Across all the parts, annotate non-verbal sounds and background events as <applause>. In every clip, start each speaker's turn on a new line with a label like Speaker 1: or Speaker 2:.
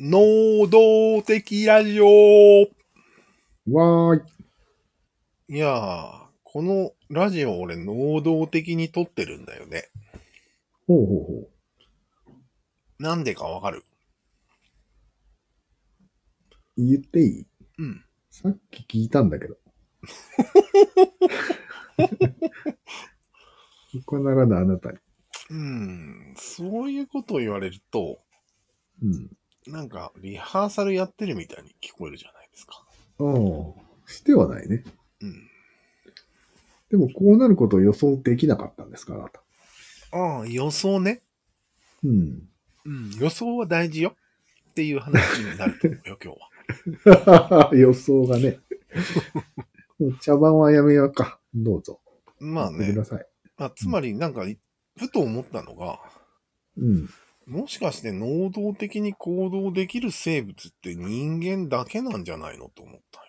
Speaker 1: 能動的ラジオ
Speaker 2: わーい。
Speaker 1: いやー、このラジオ俺能動的に撮ってるんだよね。
Speaker 2: ほうほうほう。
Speaker 1: なんでかわかる
Speaker 2: 言っていい
Speaker 1: うん。
Speaker 2: さっき聞いたん
Speaker 1: <laughs>
Speaker 2: だけど。ここならぬあなたに。
Speaker 1: うん、そういうことを言われると、
Speaker 2: うん。
Speaker 1: なんかリハーサルやってるみたいに聞こえるじゃないですか。
Speaker 2: ああ、してはないね。
Speaker 1: うん。
Speaker 2: でもこうなることを予想できなかったんですか、あなた。
Speaker 1: ああ、予想ね。
Speaker 2: うん。 <laughs>
Speaker 1: うん、予想は大事よ。っていう話になると思うよ、今日は。
Speaker 2: 予想がね。 <laughs> もう茶番はやめようか。どうぞ。
Speaker 1: まあ
Speaker 2: ごめ
Speaker 1: ね
Speaker 2: んな、さい。
Speaker 1: まあ、つまりなんか、ふと思ったのが、
Speaker 2: うん。
Speaker 1: もしかして能動的に行動できる生物って人間だけなんじゃないのと思った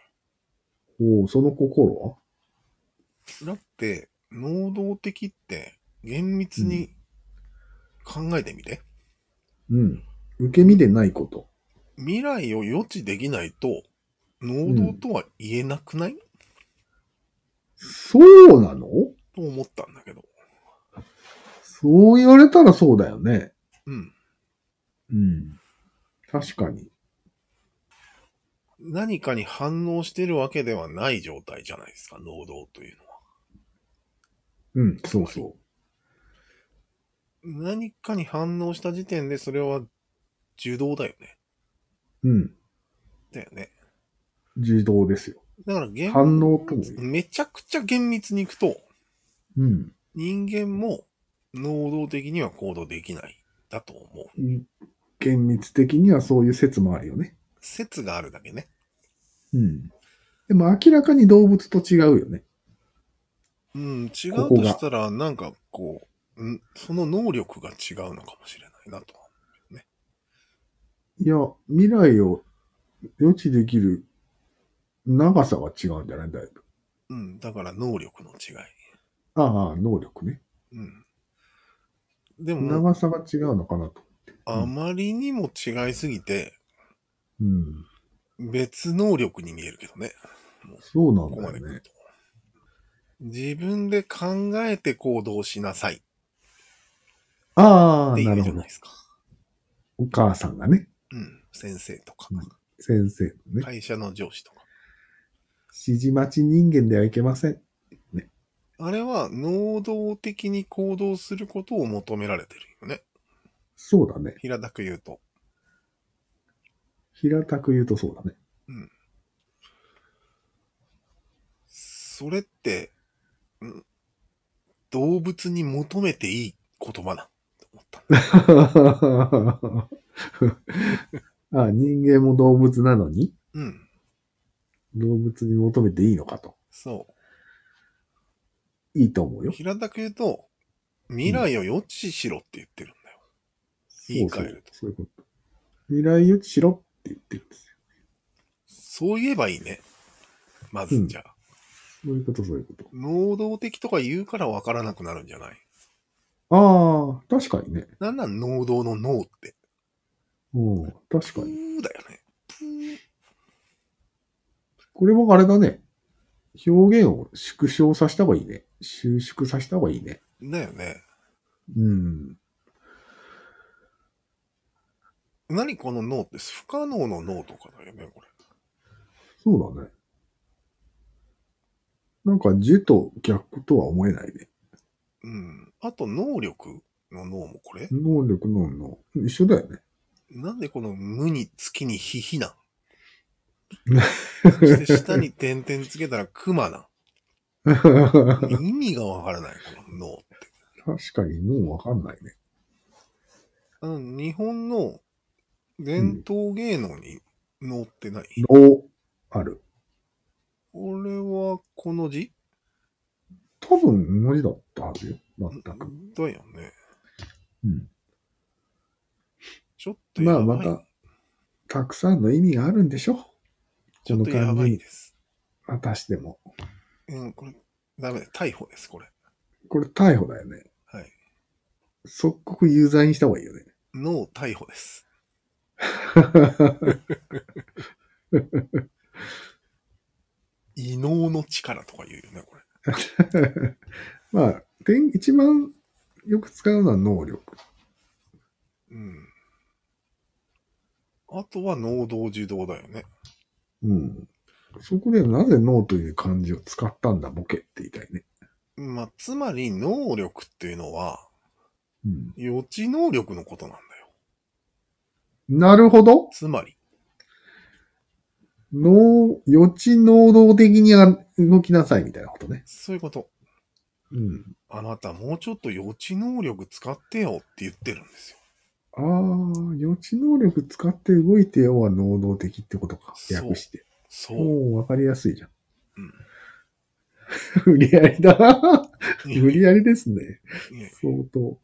Speaker 2: おお、その心は
Speaker 1: よ。だって、能動的って厳密に考えてみて。
Speaker 2: うん。受け身でないこと。
Speaker 1: 未来を予知できないと、能動とは言えなくない、
Speaker 2: そうなの
Speaker 1: と思ったんだけど。
Speaker 2: そう言われたらそうだよね。
Speaker 1: うん。
Speaker 2: うん。確かに。
Speaker 1: 何かに反応してるわけではない状態じゃないですか、能動というのは。
Speaker 2: うん、そうそ
Speaker 1: 何かに反応した時点でそれは受動だよね。
Speaker 2: う。うん。
Speaker 1: だよね。
Speaker 2: 自動ですよ。
Speaker 1: だから厳
Speaker 2: 反応とも言う。
Speaker 1: めちゃくちゃ厳密にいくと、
Speaker 2: うん。
Speaker 1: 人間も能動的には行動できない。だと思う。
Speaker 2: 厳密的にはそういう説もあるよね。
Speaker 1: 説があるだけね。
Speaker 2: うん。でも明らかに動物と違うよね。
Speaker 1: うん、違う
Speaker 2: こことが
Speaker 1: したら、なんかこう、うん、その能力が違うのかもしれないなと。
Speaker 2: いや、未来を予知できる長さが違うんじゃないだいぶ。
Speaker 1: うん、だから能力の違
Speaker 2: ああ、能力ね。
Speaker 1: い。うん。でも、
Speaker 2: 長さが違うのかなと。
Speaker 1: あまりにも違いすぎて、
Speaker 2: うん。
Speaker 1: 別能力に見えるけどね。
Speaker 2: そうな
Speaker 1: ここま
Speaker 2: ん
Speaker 1: で
Speaker 2: だよ
Speaker 1: 来
Speaker 2: ね
Speaker 1: る。と。自分で考えて行動しなさいっ
Speaker 2: ああ、
Speaker 1: て
Speaker 2: な
Speaker 1: いう
Speaker 2: る
Speaker 1: じ
Speaker 2: ほ
Speaker 1: ゃ
Speaker 2: ど
Speaker 1: ない。ですか。
Speaker 2: お母さんがね、
Speaker 1: うん、先生とか、
Speaker 2: うん先生のね、
Speaker 1: 会社の上司とか。
Speaker 2: 指示待ち人間ではいけません。
Speaker 1: あれは能動的に行動することを求められてるよね。
Speaker 2: そうだね。
Speaker 1: 平たく言うと。
Speaker 2: 平たく言うとそうだね。 <laughs>
Speaker 1: それって、ん動物に求めていい言葉だと思った。
Speaker 2: あ人間も動物なのに、
Speaker 1: うん、
Speaker 2: 動物に求めていいのかと。
Speaker 1: そ
Speaker 2: いいと思う
Speaker 1: う。
Speaker 2: よ。
Speaker 1: 平たく言うと、未来を予知しろって言ってるんだよ。言い換えると
Speaker 2: そうそうそういうこと。未来予知しろって言ってるんですよ。
Speaker 1: そう言えばいいね。ま
Speaker 2: う
Speaker 1: ず、
Speaker 2: ん
Speaker 1: じゃあ。
Speaker 2: そういうこと、そういうこと。
Speaker 1: 能動的とか言うから分からなくなるんじゃない
Speaker 2: ああ、確かにね。
Speaker 1: なんなん能動の脳って。
Speaker 2: うん、確
Speaker 1: プ
Speaker 2: かに。
Speaker 1: ーだよね。プー。
Speaker 2: これもあれだね。表現を縮小させた方がいいね。収縮させた方がいいね。
Speaker 1: だよね。
Speaker 2: うん。
Speaker 1: 何この脳って不可能の脳とかだよね、これ。
Speaker 2: そうだね。なんか、字と逆とは思えないね。
Speaker 1: うん。あと、能力の脳もこれ
Speaker 2: 能力のの、一緒だよね。
Speaker 1: なんでこの無に月にひひなんそして下に点々つけたら熊なん
Speaker 2: 確
Speaker 1: 意味がわからない、この脳。
Speaker 2: かに、脳わかんないね。
Speaker 1: あの、日本の伝統芸能に脳ってない、
Speaker 2: 脳、ある。
Speaker 1: 俺はこの字
Speaker 2: 多分、文字だったはずよ。全
Speaker 1: だ
Speaker 2: く。
Speaker 1: よね。
Speaker 2: うん。
Speaker 1: ちょっとや
Speaker 2: ま
Speaker 1: ば
Speaker 2: あ、
Speaker 1: い。
Speaker 2: また、たくさんの意味があるんでしょ
Speaker 1: ちょっとやばいです。
Speaker 2: 私でも。
Speaker 1: うん、これ、ダメだ。逮捕です、これ。
Speaker 2: これ、逮捕だよね。
Speaker 1: はい。
Speaker 2: 即刻有罪にした方がいいよね。 <laughs>
Speaker 1: 脳逮捕です。異能の力とか言うよね、これ。
Speaker 2: まあ、点、一番よく使うのは能力。
Speaker 1: うん。あとは能動受動だよね。
Speaker 2: うん。そこでなぜ脳という漢字を使ったんだ、ボケって言いたいね。
Speaker 1: まあ、つまり能力っていうのは
Speaker 2: うん。
Speaker 1: 予知能力のことなんだよ。
Speaker 2: なるほど。
Speaker 1: つまり、
Speaker 2: 脳、予知能動的にあ動きなさいみたいなことね。
Speaker 1: そういうこと。
Speaker 2: うん。
Speaker 1: あなたもうちょっと予知能力使ってよって言ってるんですよ。
Speaker 2: ああ、予知能力使って動いてよは能動的ってことか。
Speaker 1: そう
Speaker 2: 略して。
Speaker 1: そう。
Speaker 2: もうわかりやすいじゃん。 <laughs> 無理やり
Speaker 1: <laughs>
Speaker 2: だな。
Speaker 1: い
Speaker 2: 無理やりですね。
Speaker 1: いね
Speaker 2: 相当。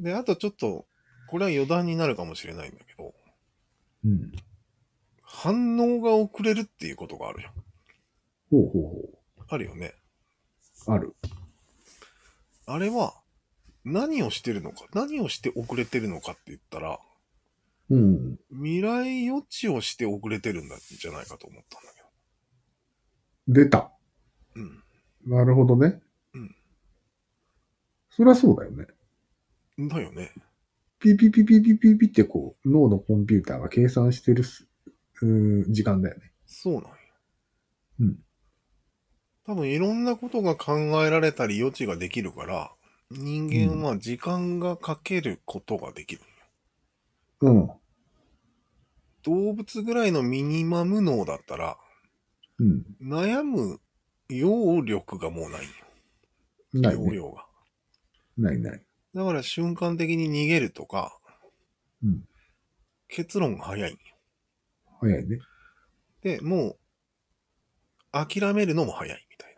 Speaker 1: で、あとちょっと、これは余談になるかもしれないんだけど、
Speaker 2: うん。
Speaker 1: 反応が遅れるっていうことがあるじゃん。
Speaker 2: ほうほうほ
Speaker 1: あるよね。
Speaker 2: う。ある。
Speaker 1: あれは、何をしてるのか、何をして遅れてるのかって言ったら、
Speaker 2: うん。
Speaker 1: 未来予知をして遅れてるんだじゃないかと思ったんだけど。
Speaker 2: 出た。
Speaker 1: うん。
Speaker 2: なるほどね。
Speaker 1: うん。そ
Speaker 2: そりゃそうだよね。
Speaker 1: だよね。
Speaker 2: ピピピピピピピってこう、脳のコンピューターが計算してるすうーん時間だよね。
Speaker 1: そうなんよ。
Speaker 2: うん。
Speaker 1: 多分いろんなことが考えられたり予知ができるから、人間は時間がかけることができる。
Speaker 2: うん。
Speaker 1: 動物ぐらいのミニマム脳だったら、
Speaker 2: うん。
Speaker 1: 悩む容力がもうない
Speaker 2: ない
Speaker 1: よ。容
Speaker 2: ね。
Speaker 1: 量が。
Speaker 2: ないない。
Speaker 1: だから瞬間的に逃げるとか、
Speaker 2: うん。
Speaker 1: 結論が早いんよ。
Speaker 2: 早いね。
Speaker 1: で、もう、諦めるのも早いみたい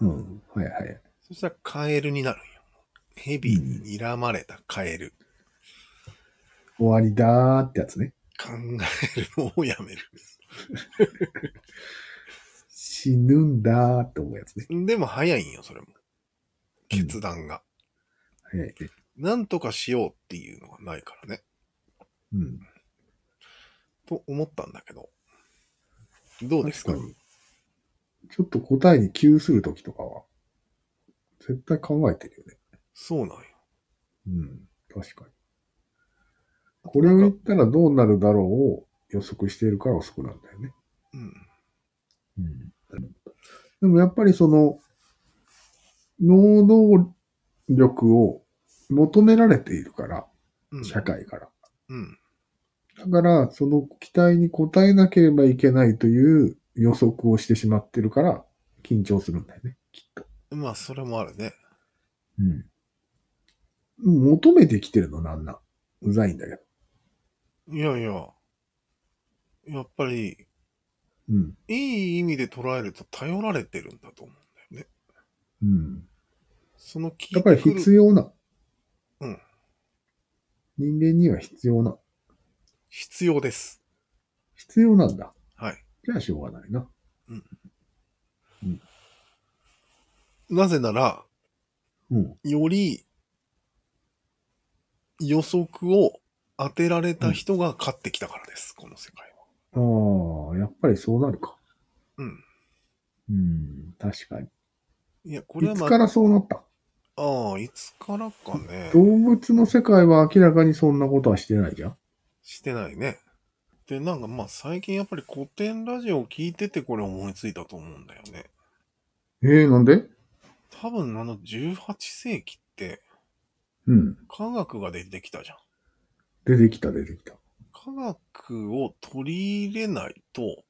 Speaker 1: な。
Speaker 2: うん。早い早い。
Speaker 1: そしたらカエルになるんよ。ヘビに睨まれたカエル。
Speaker 2: 終わりだーってやつね。
Speaker 1: 考えるのをやめる。
Speaker 2: 死ぬんだーって思うやつね。
Speaker 1: でも早いんよ、それも。決断が。
Speaker 2: 早いね。
Speaker 1: なんとかしようっていうのがないからね。
Speaker 2: うん。
Speaker 1: と思ったんだけど。どうですか
Speaker 2: 確かに。ちょっと答えに急するときとかは、絶対考えてるよね。
Speaker 1: そうなんよ。
Speaker 2: うん。確かに。これを言ったらどうなるだろうを予測しているから遅くなんだよね。
Speaker 1: うん。
Speaker 2: うんでもやっぱりその、能動力を求められているから、
Speaker 1: うん。
Speaker 2: 社会から。
Speaker 1: うん。
Speaker 2: だから、その期待に応えなければいけないという予測をしてしまってるから、緊張するんだよね、きっと。
Speaker 1: まあ、それもあるね。
Speaker 2: うん。求めてきてるの、なんなん。うざいんだけど。
Speaker 1: いやいや。やっぱり、
Speaker 2: うん。
Speaker 1: いい意味で捉えると頼られてるんだと思うんだよね。
Speaker 2: うん。
Speaker 1: その聞
Speaker 2: や
Speaker 1: い
Speaker 2: っぱ
Speaker 1: て
Speaker 2: り
Speaker 1: く
Speaker 2: 必
Speaker 1: る
Speaker 2: 要な。
Speaker 1: うん。
Speaker 2: 人間には必要な。
Speaker 1: 必要です。
Speaker 2: 必要なんだ。
Speaker 1: はい。
Speaker 2: じゃあしょうがないな。
Speaker 1: なぜなら、
Speaker 2: うん。
Speaker 1: より予測を当てられた人が勝ってきたからです、この世界は。
Speaker 2: ああ、やっぱりそうなるか。
Speaker 1: うん。
Speaker 2: うん、確かに。
Speaker 1: いや、これはい
Speaker 2: つ
Speaker 1: ま
Speaker 2: からそうなった
Speaker 1: ああ、いつからかね。
Speaker 2: 動物の世界は明らかにそんなことはしてないじゃん
Speaker 1: してないね。で、なんかまあ最近やっぱり古典ラジオを聞いててこれ思いついたと思うんだよね。
Speaker 2: ええなんで
Speaker 1: 多分あの18世紀って
Speaker 2: うん。
Speaker 1: 科学が出てきたじゃん。
Speaker 2: 出てきた、出てきた。
Speaker 1: 科学を取り入れないと、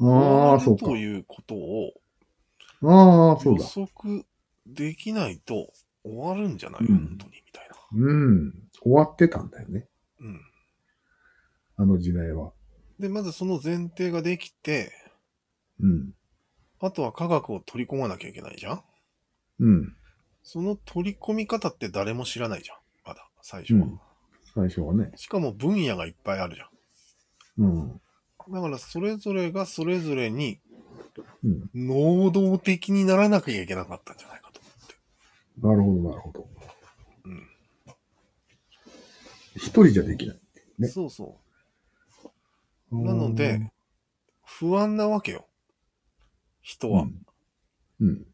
Speaker 2: ああ、
Speaker 1: 終
Speaker 2: そ
Speaker 1: わると。
Speaker 2: うか
Speaker 1: いうことを
Speaker 2: ああ、そう
Speaker 1: 予
Speaker 2: だ。
Speaker 1: 測できないと終わるんじゃない、
Speaker 2: うん
Speaker 1: 本当に、みたいな。
Speaker 2: うん。終わってたんだよね。
Speaker 1: うん。
Speaker 2: あの時代は。
Speaker 1: で、まずその前提ができて、
Speaker 2: うん。
Speaker 1: あとは科学を取り込まなきゃいけないじゃん
Speaker 2: うん。
Speaker 1: その取り込み方って誰も知らないじゃん。まだ、最初は。
Speaker 2: うん最初はね。
Speaker 1: しかも分野がいっぱいあるじゃ
Speaker 2: うん。
Speaker 1: ん。だからそれぞれがそれぞれに
Speaker 2: うん。
Speaker 1: 能動的にならなきゃいけなかったんじゃないかと思って。
Speaker 2: なるほど、なるほど。
Speaker 1: うん。
Speaker 2: 一人じゃできないって。ね
Speaker 1: そうそ
Speaker 2: うん
Speaker 1: う。なので、、不安なわけよ。人は。
Speaker 2: うん。うん。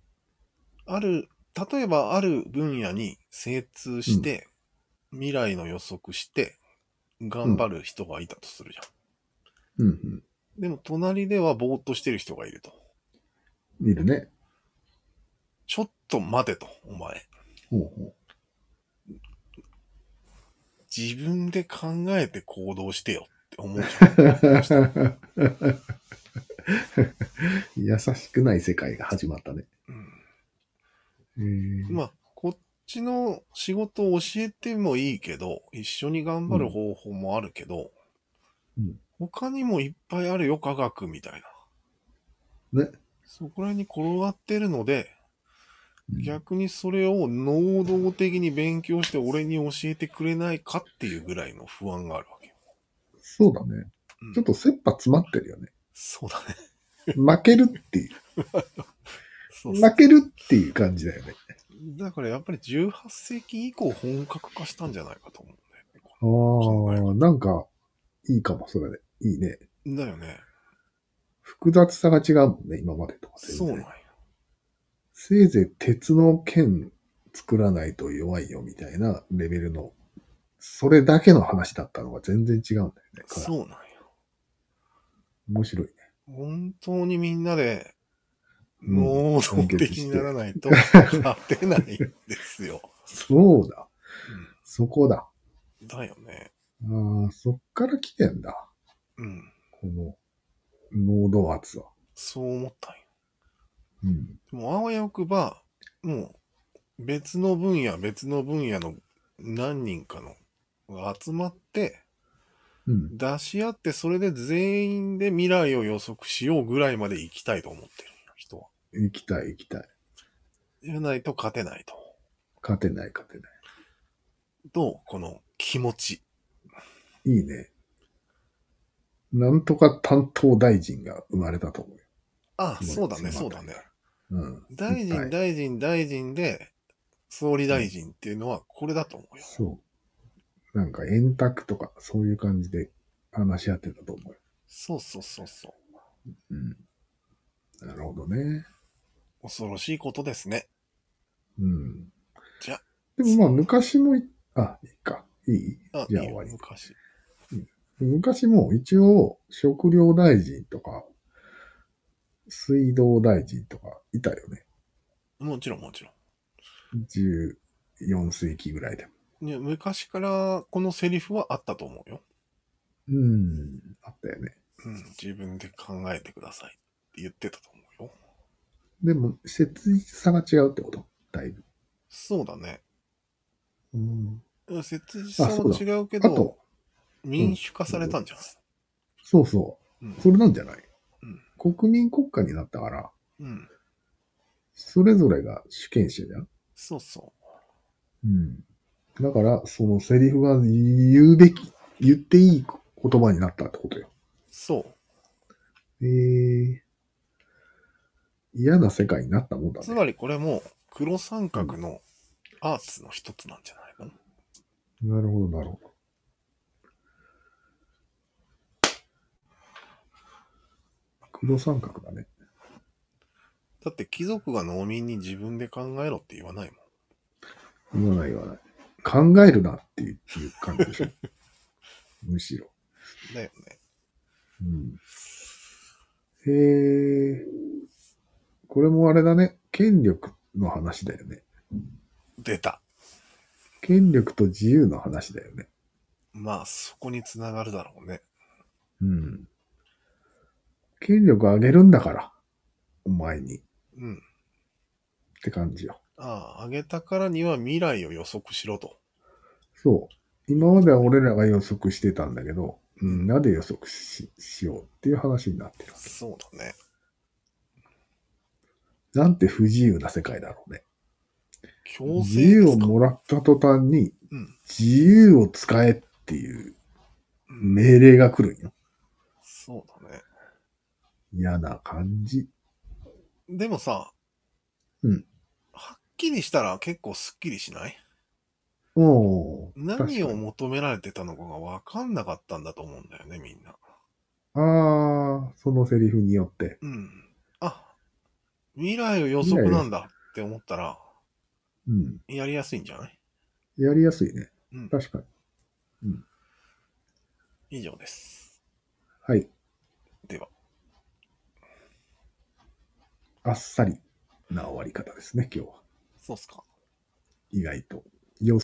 Speaker 1: ある、例えばある分野に精通して、未来の予測して、頑張る人がいたとするじゃん。
Speaker 2: うん。
Speaker 1: でも、隣ではぼーっとしてる人がいると。
Speaker 2: うん。いるね。
Speaker 1: ちょっと待てと、お前。
Speaker 2: ほうほ
Speaker 1: <laughs> 自分で考えて行動してよって思う。
Speaker 2: う。優しくない世界が始まったね。
Speaker 1: うん
Speaker 2: へー
Speaker 1: まあ、こっちの仕事を教えてもいいけど、一緒に頑張る方法もあるけど、
Speaker 2: うん
Speaker 1: 他にもいっぱいあるよ、科学みたいな。
Speaker 2: ね。
Speaker 1: そこら辺に転がってるので、
Speaker 2: うん
Speaker 1: 逆にそれを能動的に勉強して俺に教えてくれないかっていうぐらいの不安があるわけよ。
Speaker 2: そうだね。
Speaker 1: うん
Speaker 2: ちょっと切羽詰まってるよね。
Speaker 1: そうだね。
Speaker 2: 負けるっていう。
Speaker 1: そうそう
Speaker 2: 負けるっていう感じだよね。
Speaker 1: だからやっぱり18世紀以降本格化したんじゃないかと思うんだよねこ
Speaker 2: ああ、なんか、いいかも、それで。いいね。
Speaker 1: れ。だよね。
Speaker 2: 複雑さが違うもんね、今までとは全
Speaker 1: そう
Speaker 2: 然。
Speaker 1: なんよ。
Speaker 2: せいぜい鉄の剣作らないと弱いよみたいなレベルの、それだけの話だったのが全然違うんだよね。から
Speaker 1: そうなんよ。
Speaker 2: 面白いね。
Speaker 1: 本当にみんなで、
Speaker 2: うん
Speaker 1: 能動的にならないと勝てないんですよ。
Speaker 2: そうだ。そこだ。
Speaker 1: うんだよね。
Speaker 2: ああ、そっから来てんだ。
Speaker 1: うん。
Speaker 2: この、濃度圧は。
Speaker 1: そう思ったんよ。
Speaker 2: うん。
Speaker 1: でもあわよくば、もう、別の分野、別の分野の何人かのが集まって、
Speaker 2: うん。
Speaker 1: 出し合って、それで全員で未来を予測しようぐらいまで行きたいと思ってるんよ人は。
Speaker 2: 行きたい、行きたい。
Speaker 1: じゃないと勝てないと。
Speaker 2: 勝てない、勝てな
Speaker 1: どうこの気持ち。
Speaker 2: い。いいね。なんとか担当大臣が生まれたと思うよ。
Speaker 1: あ、
Speaker 2: 気持ち
Speaker 1: そうだね、
Speaker 2: また
Speaker 1: そうだね。
Speaker 2: うん。
Speaker 1: 大
Speaker 2: いっぱ
Speaker 1: 臣、
Speaker 2: い
Speaker 1: 大臣、大臣で、総理大臣っていうのはこれだと思うよ。
Speaker 2: そう。なんか円卓とか、そういう感じで話し合ってたと思うよ。
Speaker 1: そうそうそうそう。
Speaker 2: うん。なるほどね。
Speaker 1: 恐ろしいことですね。
Speaker 2: うん。
Speaker 1: じゃ
Speaker 2: でもまあ昔もい、あ、いいか。いい
Speaker 1: あ、
Speaker 2: じゃあ
Speaker 1: いいよ
Speaker 2: 終わり
Speaker 1: 昔。
Speaker 2: 昔も一応食料大臣とか、水道大臣とかいたよね。
Speaker 1: もちろんもちろ
Speaker 2: 14世紀ぐらいでも。
Speaker 1: ん。いや昔からこのセリフはあったと思うよ。
Speaker 2: うん。あったよね。
Speaker 1: うん、自分で考えてくださいって言ってたと思うよ。
Speaker 2: でも、切実さが違うってことだいぶ。
Speaker 1: そうだね。
Speaker 2: うん。
Speaker 1: うん切実さ
Speaker 2: あそう
Speaker 1: も
Speaker 2: だ
Speaker 1: 違うけ
Speaker 2: あ
Speaker 1: ど、
Speaker 2: と、
Speaker 1: 民主化されたんじゃない、
Speaker 2: そうそうう。それなんじゃない、国民国家になったから、
Speaker 1: ん、うん。
Speaker 2: それぞれが主権者じゃん
Speaker 1: そうそ
Speaker 2: うん。だから、そのセリフが言うべき、言っていい言葉になったってことよ。
Speaker 1: う。そう。
Speaker 2: ええ嫌な世界になったもんだ
Speaker 1: つ
Speaker 2: ね。
Speaker 1: まりこれも黒三角のアーツの一つなんじゃないの
Speaker 2: なるほど、なるほど。黒三角だね。
Speaker 1: だって貴族が農民に自分で考えろって言わないもん。
Speaker 2: 言わない言わない。考えるなっていう感じでしょ。むしろ。
Speaker 1: だよね。
Speaker 2: うん。へえ。これもあれだね。権力の話だよね。
Speaker 1: 出た。
Speaker 2: 権力と自由の話だよね。
Speaker 1: まあそこにつながるだろうね。
Speaker 2: うん。権力あげるんだから。お前に。っ
Speaker 1: うん。
Speaker 2: て感じよ。
Speaker 1: ああ、あげたからには未来を予測しろと。
Speaker 2: そう。今までは俺らが予測してたんだけど、みんなで予測ししようっていう話になってる。
Speaker 1: そうだね。
Speaker 2: なんて不自由な世界だろうね。
Speaker 1: 強
Speaker 2: 自
Speaker 1: 制
Speaker 2: 由
Speaker 1: で
Speaker 2: を
Speaker 1: すか
Speaker 2: もらった途端に、
Speaker 1: うん。
Speaker 2: 自由を使えっていう
Speaker 1: うん、
Speaker 2: 命令が来るんよ。
Speaker 1: そうだね。
Speaker 2: 嫌な感じ。
Speaker 1: でもさ、
Speaker 2: うん
Speaker 1: はっきりしたら結構すっきりしない
Speaker 2: うん。
Speaker 1: 何を
Speaker 2: 確かに
Speaker 1: 求められてたのかが分かんなかったんだと思うんだよね、みんな。
Speaker 2: ああ、そのセリフによって。
Speaker 1: うん。あ、未来を予測なんだって思ったら、
Speaker 2: うん。
Speaker 1: やりやすいんじゃない
Speaker 2: やりやすいね。
Speaker 1: うん。
Speaker 2: 確かに。
Speaker 1: 以上です。
Speaker 2: はい。
Speaker 1: では。
Speaker 2: あっさりな終わり方ですね、今日は。
Speaker 1: そうっすか。
Speaker 2: 意外と。